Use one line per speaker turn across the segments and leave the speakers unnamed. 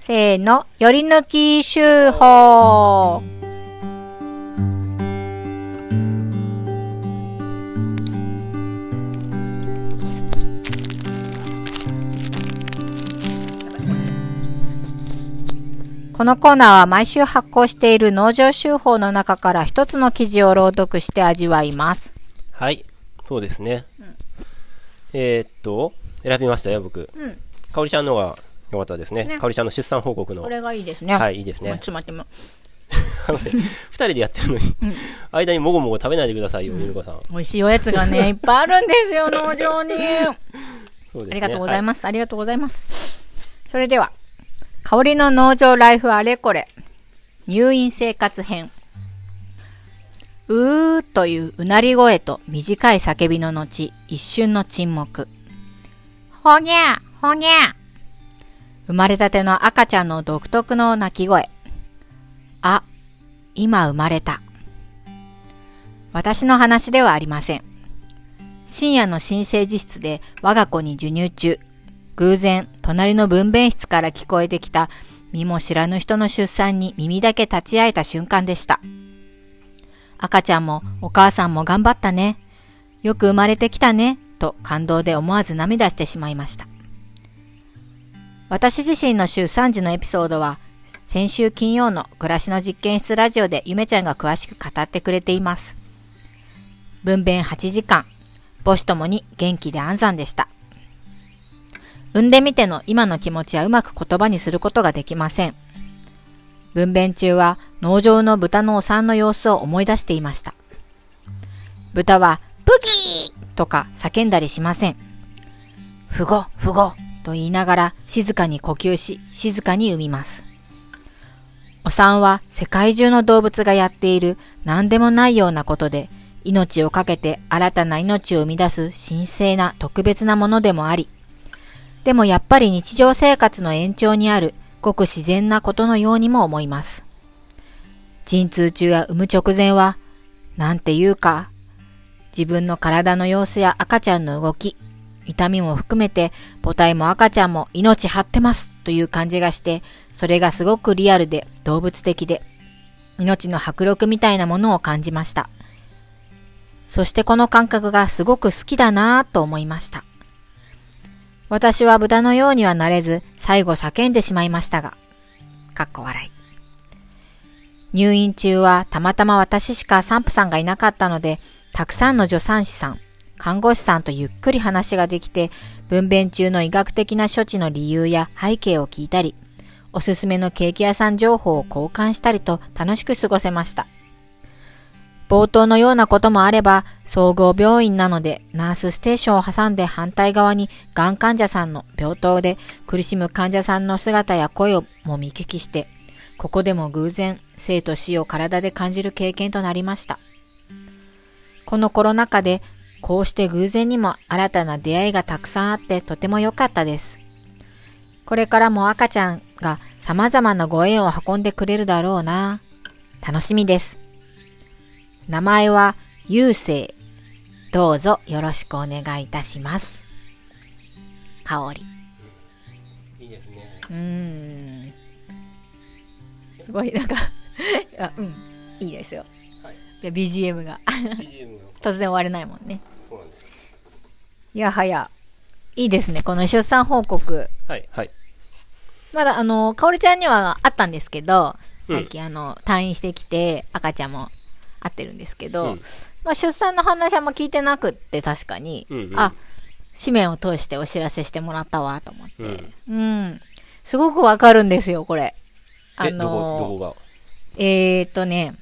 せーの、より抜き集法。このコーナーは毎週発行している農場集法の中から一つの記事を朗読して味わいます。
はい。そうですね。えーっと、選びましたよ、僕。
うん
かおりちゃんのが良かったですね。
ね
かおりちゃんの出産報告の。
これがいいですね。
はい、いいです
まあ
ね。
ちょっと待って、
二人でやってるのに、間にもごもご食べないでくださいよ、ゆるこさん。
美味しいおやつがね、いっぱいあるんです よ、農場に。
そうですね。
ありがとうござい
ま
ます。ありがとうございます。それでは、香りの農場ライフあれこれ、入院生活編。うーといううなり声と短い叫びの後、一瞬の沈黙。ほにゃほにゃ生まれたての赤ちゃんの独特の鳴き声。あ、今生まれた。私の話ではありません。深夜の新生児室で我が子に授乳中、偶然、隣の分娩室から聞こえてきた、身も知らぬ人の出産に耳だけ立ち会えた瞬間でした。赤ちゃんもお母さんも頑張ったね。よく生まれてきたね。と感動で思わず涙してしまいました。私自身の出産時のエピソードは、先週金曜の暮らしの実験室ラジオでゆめちゃんが詳しく語ってくれています。分娩8時間、母子ともに元気で安産でした。産んでみての今の気持ちはうまく言葉にすることができません。分娩中は農場の豚のお産の様子を思い出していました。豚は、ブキーとか叫んだりしません。ふご、ふごと言いながら静かに呼吸し、静かに産みます。お産は世界中の動物がやっている何でもないようなことで、命を懸けて新たな命を生み出す神聖な特別なものでもあり、でもやっぱり日常生活の延長にあるごく自然なことのようにも思います。陣痛中や産む直前は、なんていうか、自分の体の様子や赤ちゃんの動き、痛みも含めて母体も赤ちゃんも命張ってますという感じがして、それがすごくリアルで動物的で、命の迫力みたいなものを感じました。そしてこの感覚がすごく好きだなぁと思いました。私は豚のようにはなれず、最後叫んでしまいましたが。かっこ笑い。入院中はたまたま私しか産婦さんがいなかったので、たくさんの助産師さん、看護師さんとゆっくり話ができて、分娩中の医学的な処置の理由や背景を聞いたり、おすすめのケーキ屋さん情報を交換したりと楽しく過ごせました。冒頭のようなこともあれば、総合病院なので、ナースステーションを挟んで反対側に、がん患者さんの病棟で苦しむ患者さんの姿や声をも見聞きして、ここでも偶然、生と死を体で感じる経験となりました。このコロナ禍で、こうして偶然にも新たな出会いがたくさんあってとても良かったです。これからも赤ちゃんが様々なご縁を運んでくれるだろうな。楽しみです。名前は、ゆうせい。どうぞよろしくお願いいたします。香り。
す。いいですね。
うーん。すごい、なんかいや、うん。いいですよ。
はい
いや、BGM が。
BGM が、
突然終われないもんね。
そうなんです。
いやはや。いいですね。この出産報告。
はい、はい。
まだ、あの、かおりちゃんにはあったんですけど、
うん
最近、あの、退院してきて、赤ちゃんも会ってるんですけど、
うん
まあ、出産の話はあんま聞いてなくって、確かに、
うんうん
あ、紙面を通してお知らせしてもらったわ、と思って。
うん
うん。すごくわかるんですよ、これ。
え、どこ、どこが
えー、っとね、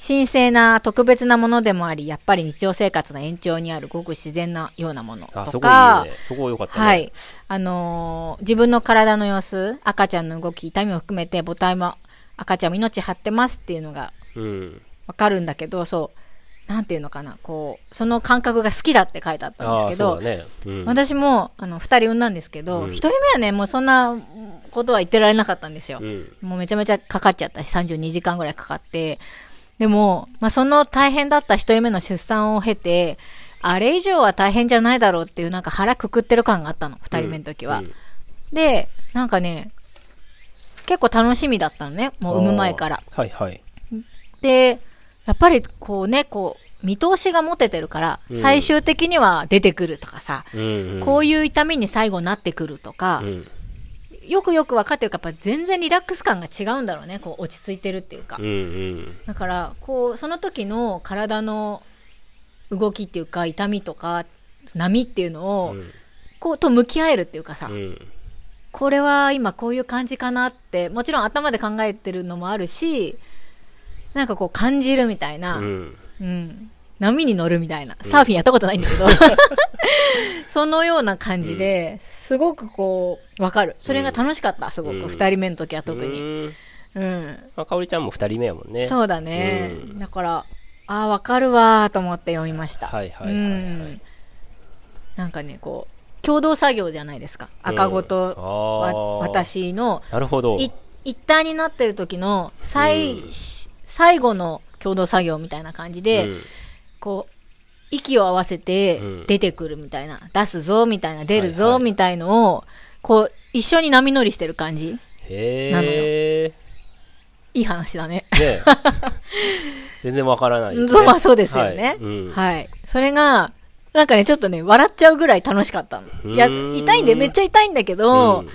神聖な特別なものでもあり、やっぱり日常生活の延長にあるごく自然なようなものとか、
あ、そこいいね。そこ良かったね。
はい。あのー自分の体の様子、赤ちゃんの動き、痛みを含めて母体も赤ちゃんも命張ってますっていうのが
うん。
わかるんだけど、そう、なんていうのかな、こう、その感覚が好きだって書いてあったん
あ
で
ー
すけど、
そうだね。うん。
私もあの2人産んだんですけど、
うん
1人目はねもうそんなことは言ってられなかったんですよ、
うん
もうめちゃめちゃかかっちゃったし32時間ぐらいかかってでも、まあ、その大変だった1人目の出産を経てあれ以上は大変じゃないだろうっていうなんか腹くくってる感があったの2人目の時は、
うんうん
でなんかね結構楽しみだったのねもう産む前から
あー。はいはい。
でやっぱりこうねこう見通しが持ててるから、
うん
最終的には出てくるとかさ、
うん、うん。
こういう痛みに最後なってくるとか、
うん。
よくよく分かってるからやっぱ全然リラックス感が違うんだろうねこう落ち着いてるっていうか、
うんうん。
だからこうその時の体の動きっていうか痛みとか波っていうのを、
ん
こうと向き合えるっていうかさ、
うん。
これは今こういう感じかなってもちろん頭で考えてるのもあるしなんかこう感じるみたいな、
うん。
うん波に乗るみたいなサーフィンやったことないんだけど、 そのような感じですごくこう分かるそれが楽しかったすごく、
うん
2人目の時は特に、
に。
うん、
まあ、かおりちゃんも二人目やもんね。
そうだね、だからああ分かるわーと思って読みました
はいはいはいはい
うんなんかねこう共同作業じゃないですか赤子
うん
とわ、
あー
私の
なるほど。
い一体になってる時の最,、最後の共同作業みたいな感じで、
うん
こう息を合わせて
うん
出てくるみたいな、出すぞみたいな出る
はい
ぞ
はい
みたいのを、こう一緒に波乗りしてる感じなの
へえ。
いい話だね。
ねえ 全然わからない
そうまあそうですよね
は。いうん
はい。それが、なんかね、ちょっとね、笑っちゃうぐらい楽しかったの。いや、
うーん
痛いんで、めっちゃ痛いんだけど、
うん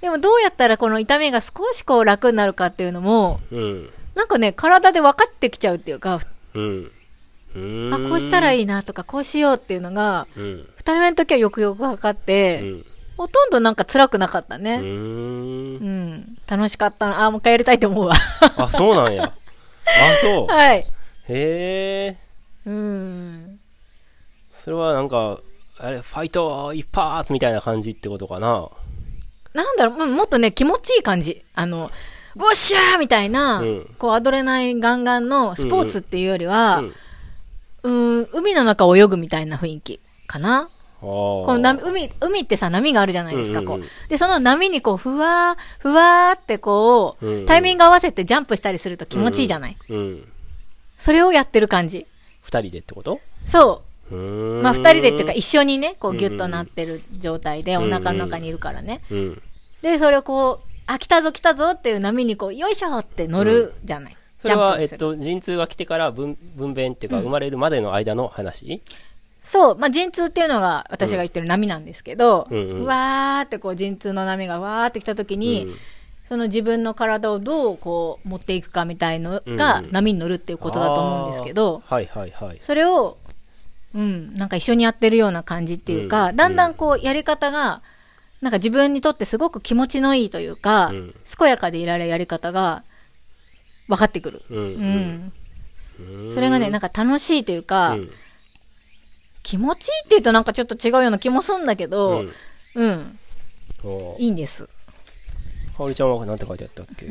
でもどうやったらこの痛みが少しこう楽になるかっていうのも、
うん。
なんかね、体で分かってきちゃうっていうか、
うん。うん。
あ、こうしたらいいなとか、こうしようっていうのが、
うん。
二人目の時はよくよく分かっ
う
て、
ん。
ほとんどなんか辛くなかった
う
ね。
ー。
うんん。楽しかったな。あ、もう一回やりたいと思うわ。
あ、 そうなんや。あ、そ
はい。
う。へえ。
うん。
それはなんか、あれ、ファイト一発みたいな感じってことかな。
なんだろう、うんもっとね、気持ちいい感じ。あの、ウォッシャーみたいな、
うん
こう、アドレナリンガンガンのスポーツっていうよりは、う
う
ん
ん。
ん、海の中を泳ぐみたいな雰囲気かな。こ
こ
の波海、海ってさ、波があるじゃないですか、
うんうんうん
こう。で、その波にこう、ふわー、ふわーってこう、
うんうん
タイミング合わせてジャンプしたりすると気持ちいいじゃない。
うん。
それをやってる感じ。
二人でってこと
そう。
うーん。
まあ、二人でっていうか一緒にねこ
う
うんギュッとなってる状態でお
うん
腹の中にいるからね
うん。
でそれをこうあ来たぞ来たぞっていう波にこうよいしょって乗るじゃない、
それは、え
す
っ
る
と、陣痛が来てから分、分娩っていうか、生まれるまでの間の話
そう、まあ、陣痛っていうのが私が言ってる波なんですけど、
うんうんうん
わーってこう陣痛の波がわーって来た時に、
うん
その自分の体をどうこう持っていくかみたいのが
うんうん
波に乗るっていうことだと思うんですけど、
あーはいはいはい。
それを、うん、なんか一緒にやってるような感じっていうか、
うん
だんだんこうやり方が、なんか自分にとってすごく気持ちのいいというか、
うん
健やかでいられるやり方が分かってくる。
う。
うんん。
うん
それがね、なんか楽しいというか、
うん
気持ちいいって言うとなんかちょっと違うような気もするんだけど、うん、
おー
いいんです。
かおりちゃんはなんて書いてあったっけ、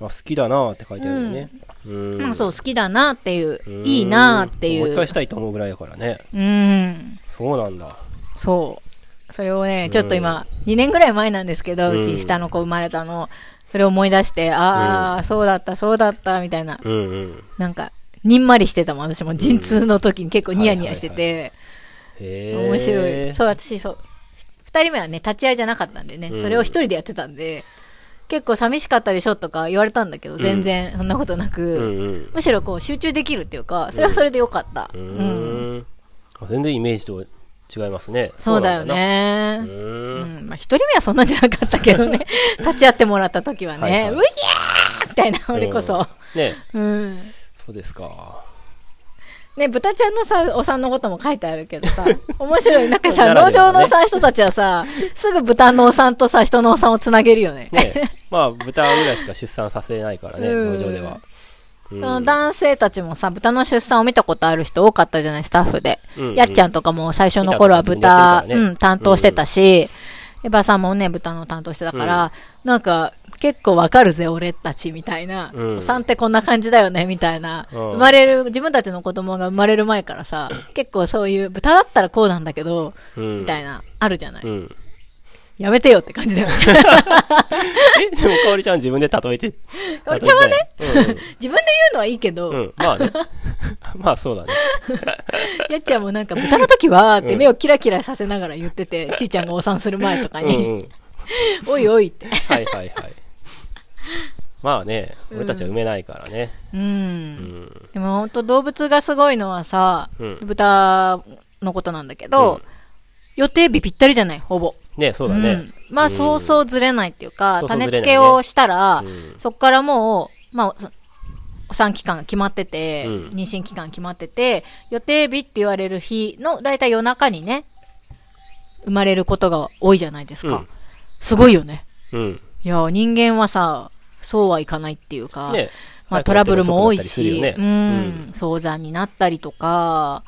あ好きだなーって書いてあるよね。うん
まあそう、好きだなっていう、
うん
いいなってい
もう一回
う
し。たいと思うぐらいだからね。
うん。
そうなんだ。
そう。それをね、ちょっと今、2年ぐらい前なんですけど、
うん
うち下の子生まれたの、それを思い出して、ああ、そうだった、そうだった、みたいな、
うんうん。
なんか、にんまりしてたもん、私も陣痛の時に結構ニヤニヤしてて、
へえ。
面白い。そう、私、そう、2人目はね、立ち会いじゃなかったんでね、
うん
それを1人でやってたんで、結構寂しかったでしょとか言われたんだけど、全然そんなことなく、
うんうん。
むしろこう集中できるっていうか、それはそれでよかった。
う
うん
ん。あ全然イメージと違いますね。
そうだよね。
なんだな。うん。
うん、まあ一人目はそんなんじゃなかったけど ね。立ち会ってもらった時はね、
はいうはい
ぎゃーみたいな、俺こそ。
ね
うん。
そうですか。
ね、豚ちゃんのさ、お産のことも書いてあるけど さ、面白い。なんかさ、
なら
農
では
場
ね
のさ、人たちはさ、すぐ豚のお産とさ、人のお産をつなげるよね。
ね まあ、豚ぐらいしか出産させないからね、
うん
農場では。うん
その男性たちもさ、豚の出産を見たことある人多かったじゃない、スタッフで。
うんうん
やっちゃんとかも最初の頃は豚、
見たことやってるからね
うん、担当してたし、エヴァさんもね、豚の担当してたから、なんか、結構わかるぜ、俺たち、みたいな。
うん
お産ってこんな感じだよね、みたいな。
うん
生まれる、自分たちの子供が生まれる前からさ、結構そういう、豚だったらこうなんだけど、
うん
みたいな、あるじゃない。
うん。
やめてよって感じだよね。
え、でも、かおりちゃん自分で例えて。
かおりちゃんはね
例えてない、
自分で言うのはいいけど、
うんうん。うん。まあね。 まあ、そうだね。
やっちゃんもなんか豚の時はって目をキラキラさせながら言ってて、ちーちゃんがお産する前とか
うん
に、
うん。
おいおいって。
はいはいはい。まあね、俺たちは埋めないからね。
う。
うんん。
でも本当動物がすごいのはさ、
うん
豚のことなんだけど、
うん
予定日ぴったりじゃない、ほぼ。
ね、そうだね。
うん、まあそうそうずれないっていうか、
そうそうず
種
れないね
付けをしたら、
うん
そこからもう、まあ、そお産期間が決まってて、
うん
妊娠期間決まってて予定日って言われる日のだいたい夜中にね生まれることが多いじゃないですか、
うん
すごいよね
うん。
いや人間はさそうはいかないっていうか、
ね。
まあ、
早く
トラブルも多い
遅く
し、
なったりす
う
るよね
ん、早産になったりとか、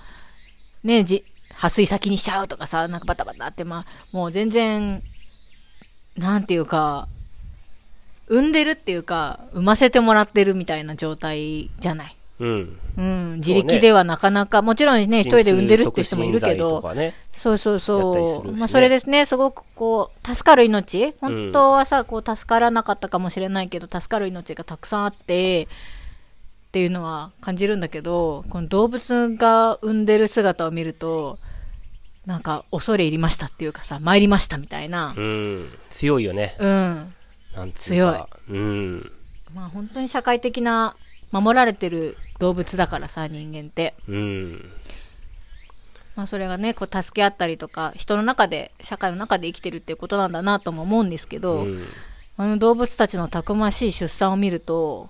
ね、じ、破水先にしちゃうとかさ、なんかバタバタって、まあ、もう全然、なんていうか、産んでるっていうか、産ませてもらってるみたいな状態じゃない。
うん。
うん、自力ではなかなか、もちろんね、一人で産んでるっていう人もいるけど、
妊娠促進剤とかね
そうそう
やったり
そ
す
う、
るしね
まあ、それですね、すごくこう助かる命、本当はさ、こう助からなかったかもしれないけど、助かる命がたくさんあってっていうのは感じるんだけど、この動物が産んでる姿を見ると、なんか恐れ入りましたっていうかさ、参りましたみたいな、
うん。強いよね。
うん、
なんつうか。うん。
まあ、本当に社会的な、守られてる動物だからさ、人間って。
うん。
まあ、それがねこう助け合ったりとか人の中で社会の中で生きてるっていうことなんだなとも思うんですけど、
うん
あの動物たちのたくましい出産を見ると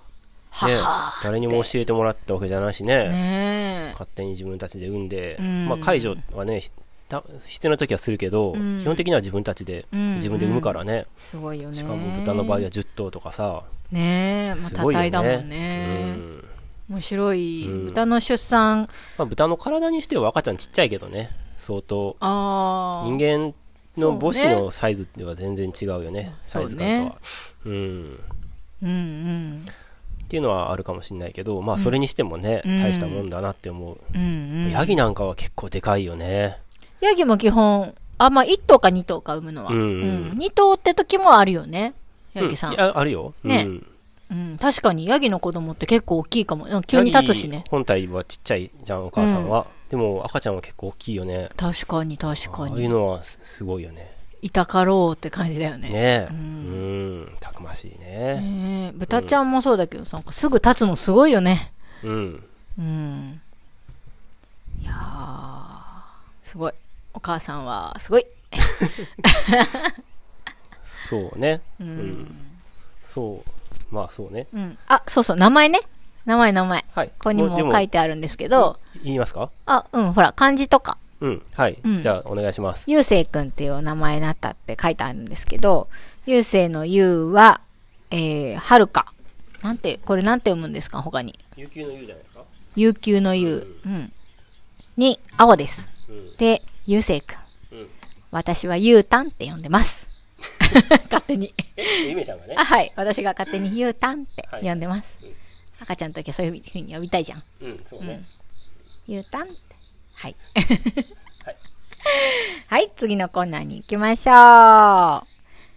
は
ね
は、
誰にも教えてもらったわけじゃないし
ね
ね。
ね
勝手に自分たちで産んで、
うん
まあ解除はね、た必要な時はするけど、
ん
基本的には自分たちで、
うん
自分で産むからね。
すごいよね
しかも豚の場合は10頭とかさ、
ねえ、まあ、
す
多
ごいよ
体
ね。
だもんね
うん
面白い、
うん
豚の出産
まあ、豚の体にしては赤ちゃんちっちゃいけどね、相当。
あ
人
ー
間の母子
そう
のサイズでは全然違うよね、サイズ感とは。うん。
うんうん
っていうのはあるかもしれないけど、まあそれにしてもね、
うん
大したもんだなって思う。
うんうん
ヤギなんかは結構でかいよね。
ヤギも基本あまあ1頭か2頭か産むのは、
うんうん
2頭って時もあるよねヤギさ
うんい、やあるよ。
ね
うん、
うん、確かにヤギの子供って結構大きいかもなんか急に立つしね
ヤギ本体はちっちゃいじゃん、お母さんは。でも赤ちゃんは結構大きいよね。
確かに確か
ああい
に
うのはすごいよね。
いたかろうって感じだよね
ねえ。うん、たくましいね。
ねえ豚ちゃんもそうだけどさなんかすぐ立つのすごいよね
うん。
うんいやーすごいお母さんはすごい
そうね。うん。そう。まあそうね。
うんあそうそう名前ね名前名前こ
はい。
こにも
で
書いてあるんですけど
言いますか
あうんほら漢字とか
うん。はい。
うん
じゃあ、お願いします。
ゆうせいくんっていうお名前になったって書いてあるんですけど、ゆうせいのゆうは、えー、はるか。なんて、これなんて読むんですか他に。
有給の言うじゃないですか
悠久のゆう。うん。に、青です。
うん
で、ゆうせいくん。
うん。
私はゆうたんって呼んで ます。勝手に。
え、ゆめちゃんがね
あ、はい。私が勝手にゆうたんって呼んでます
はいうん。
赤ちゃんの時はそういうふうに呼びたいじゃん。
うん、そうね。
ゆうたんって。 はい。
はい。
はい、次のコーナーに行きましょう。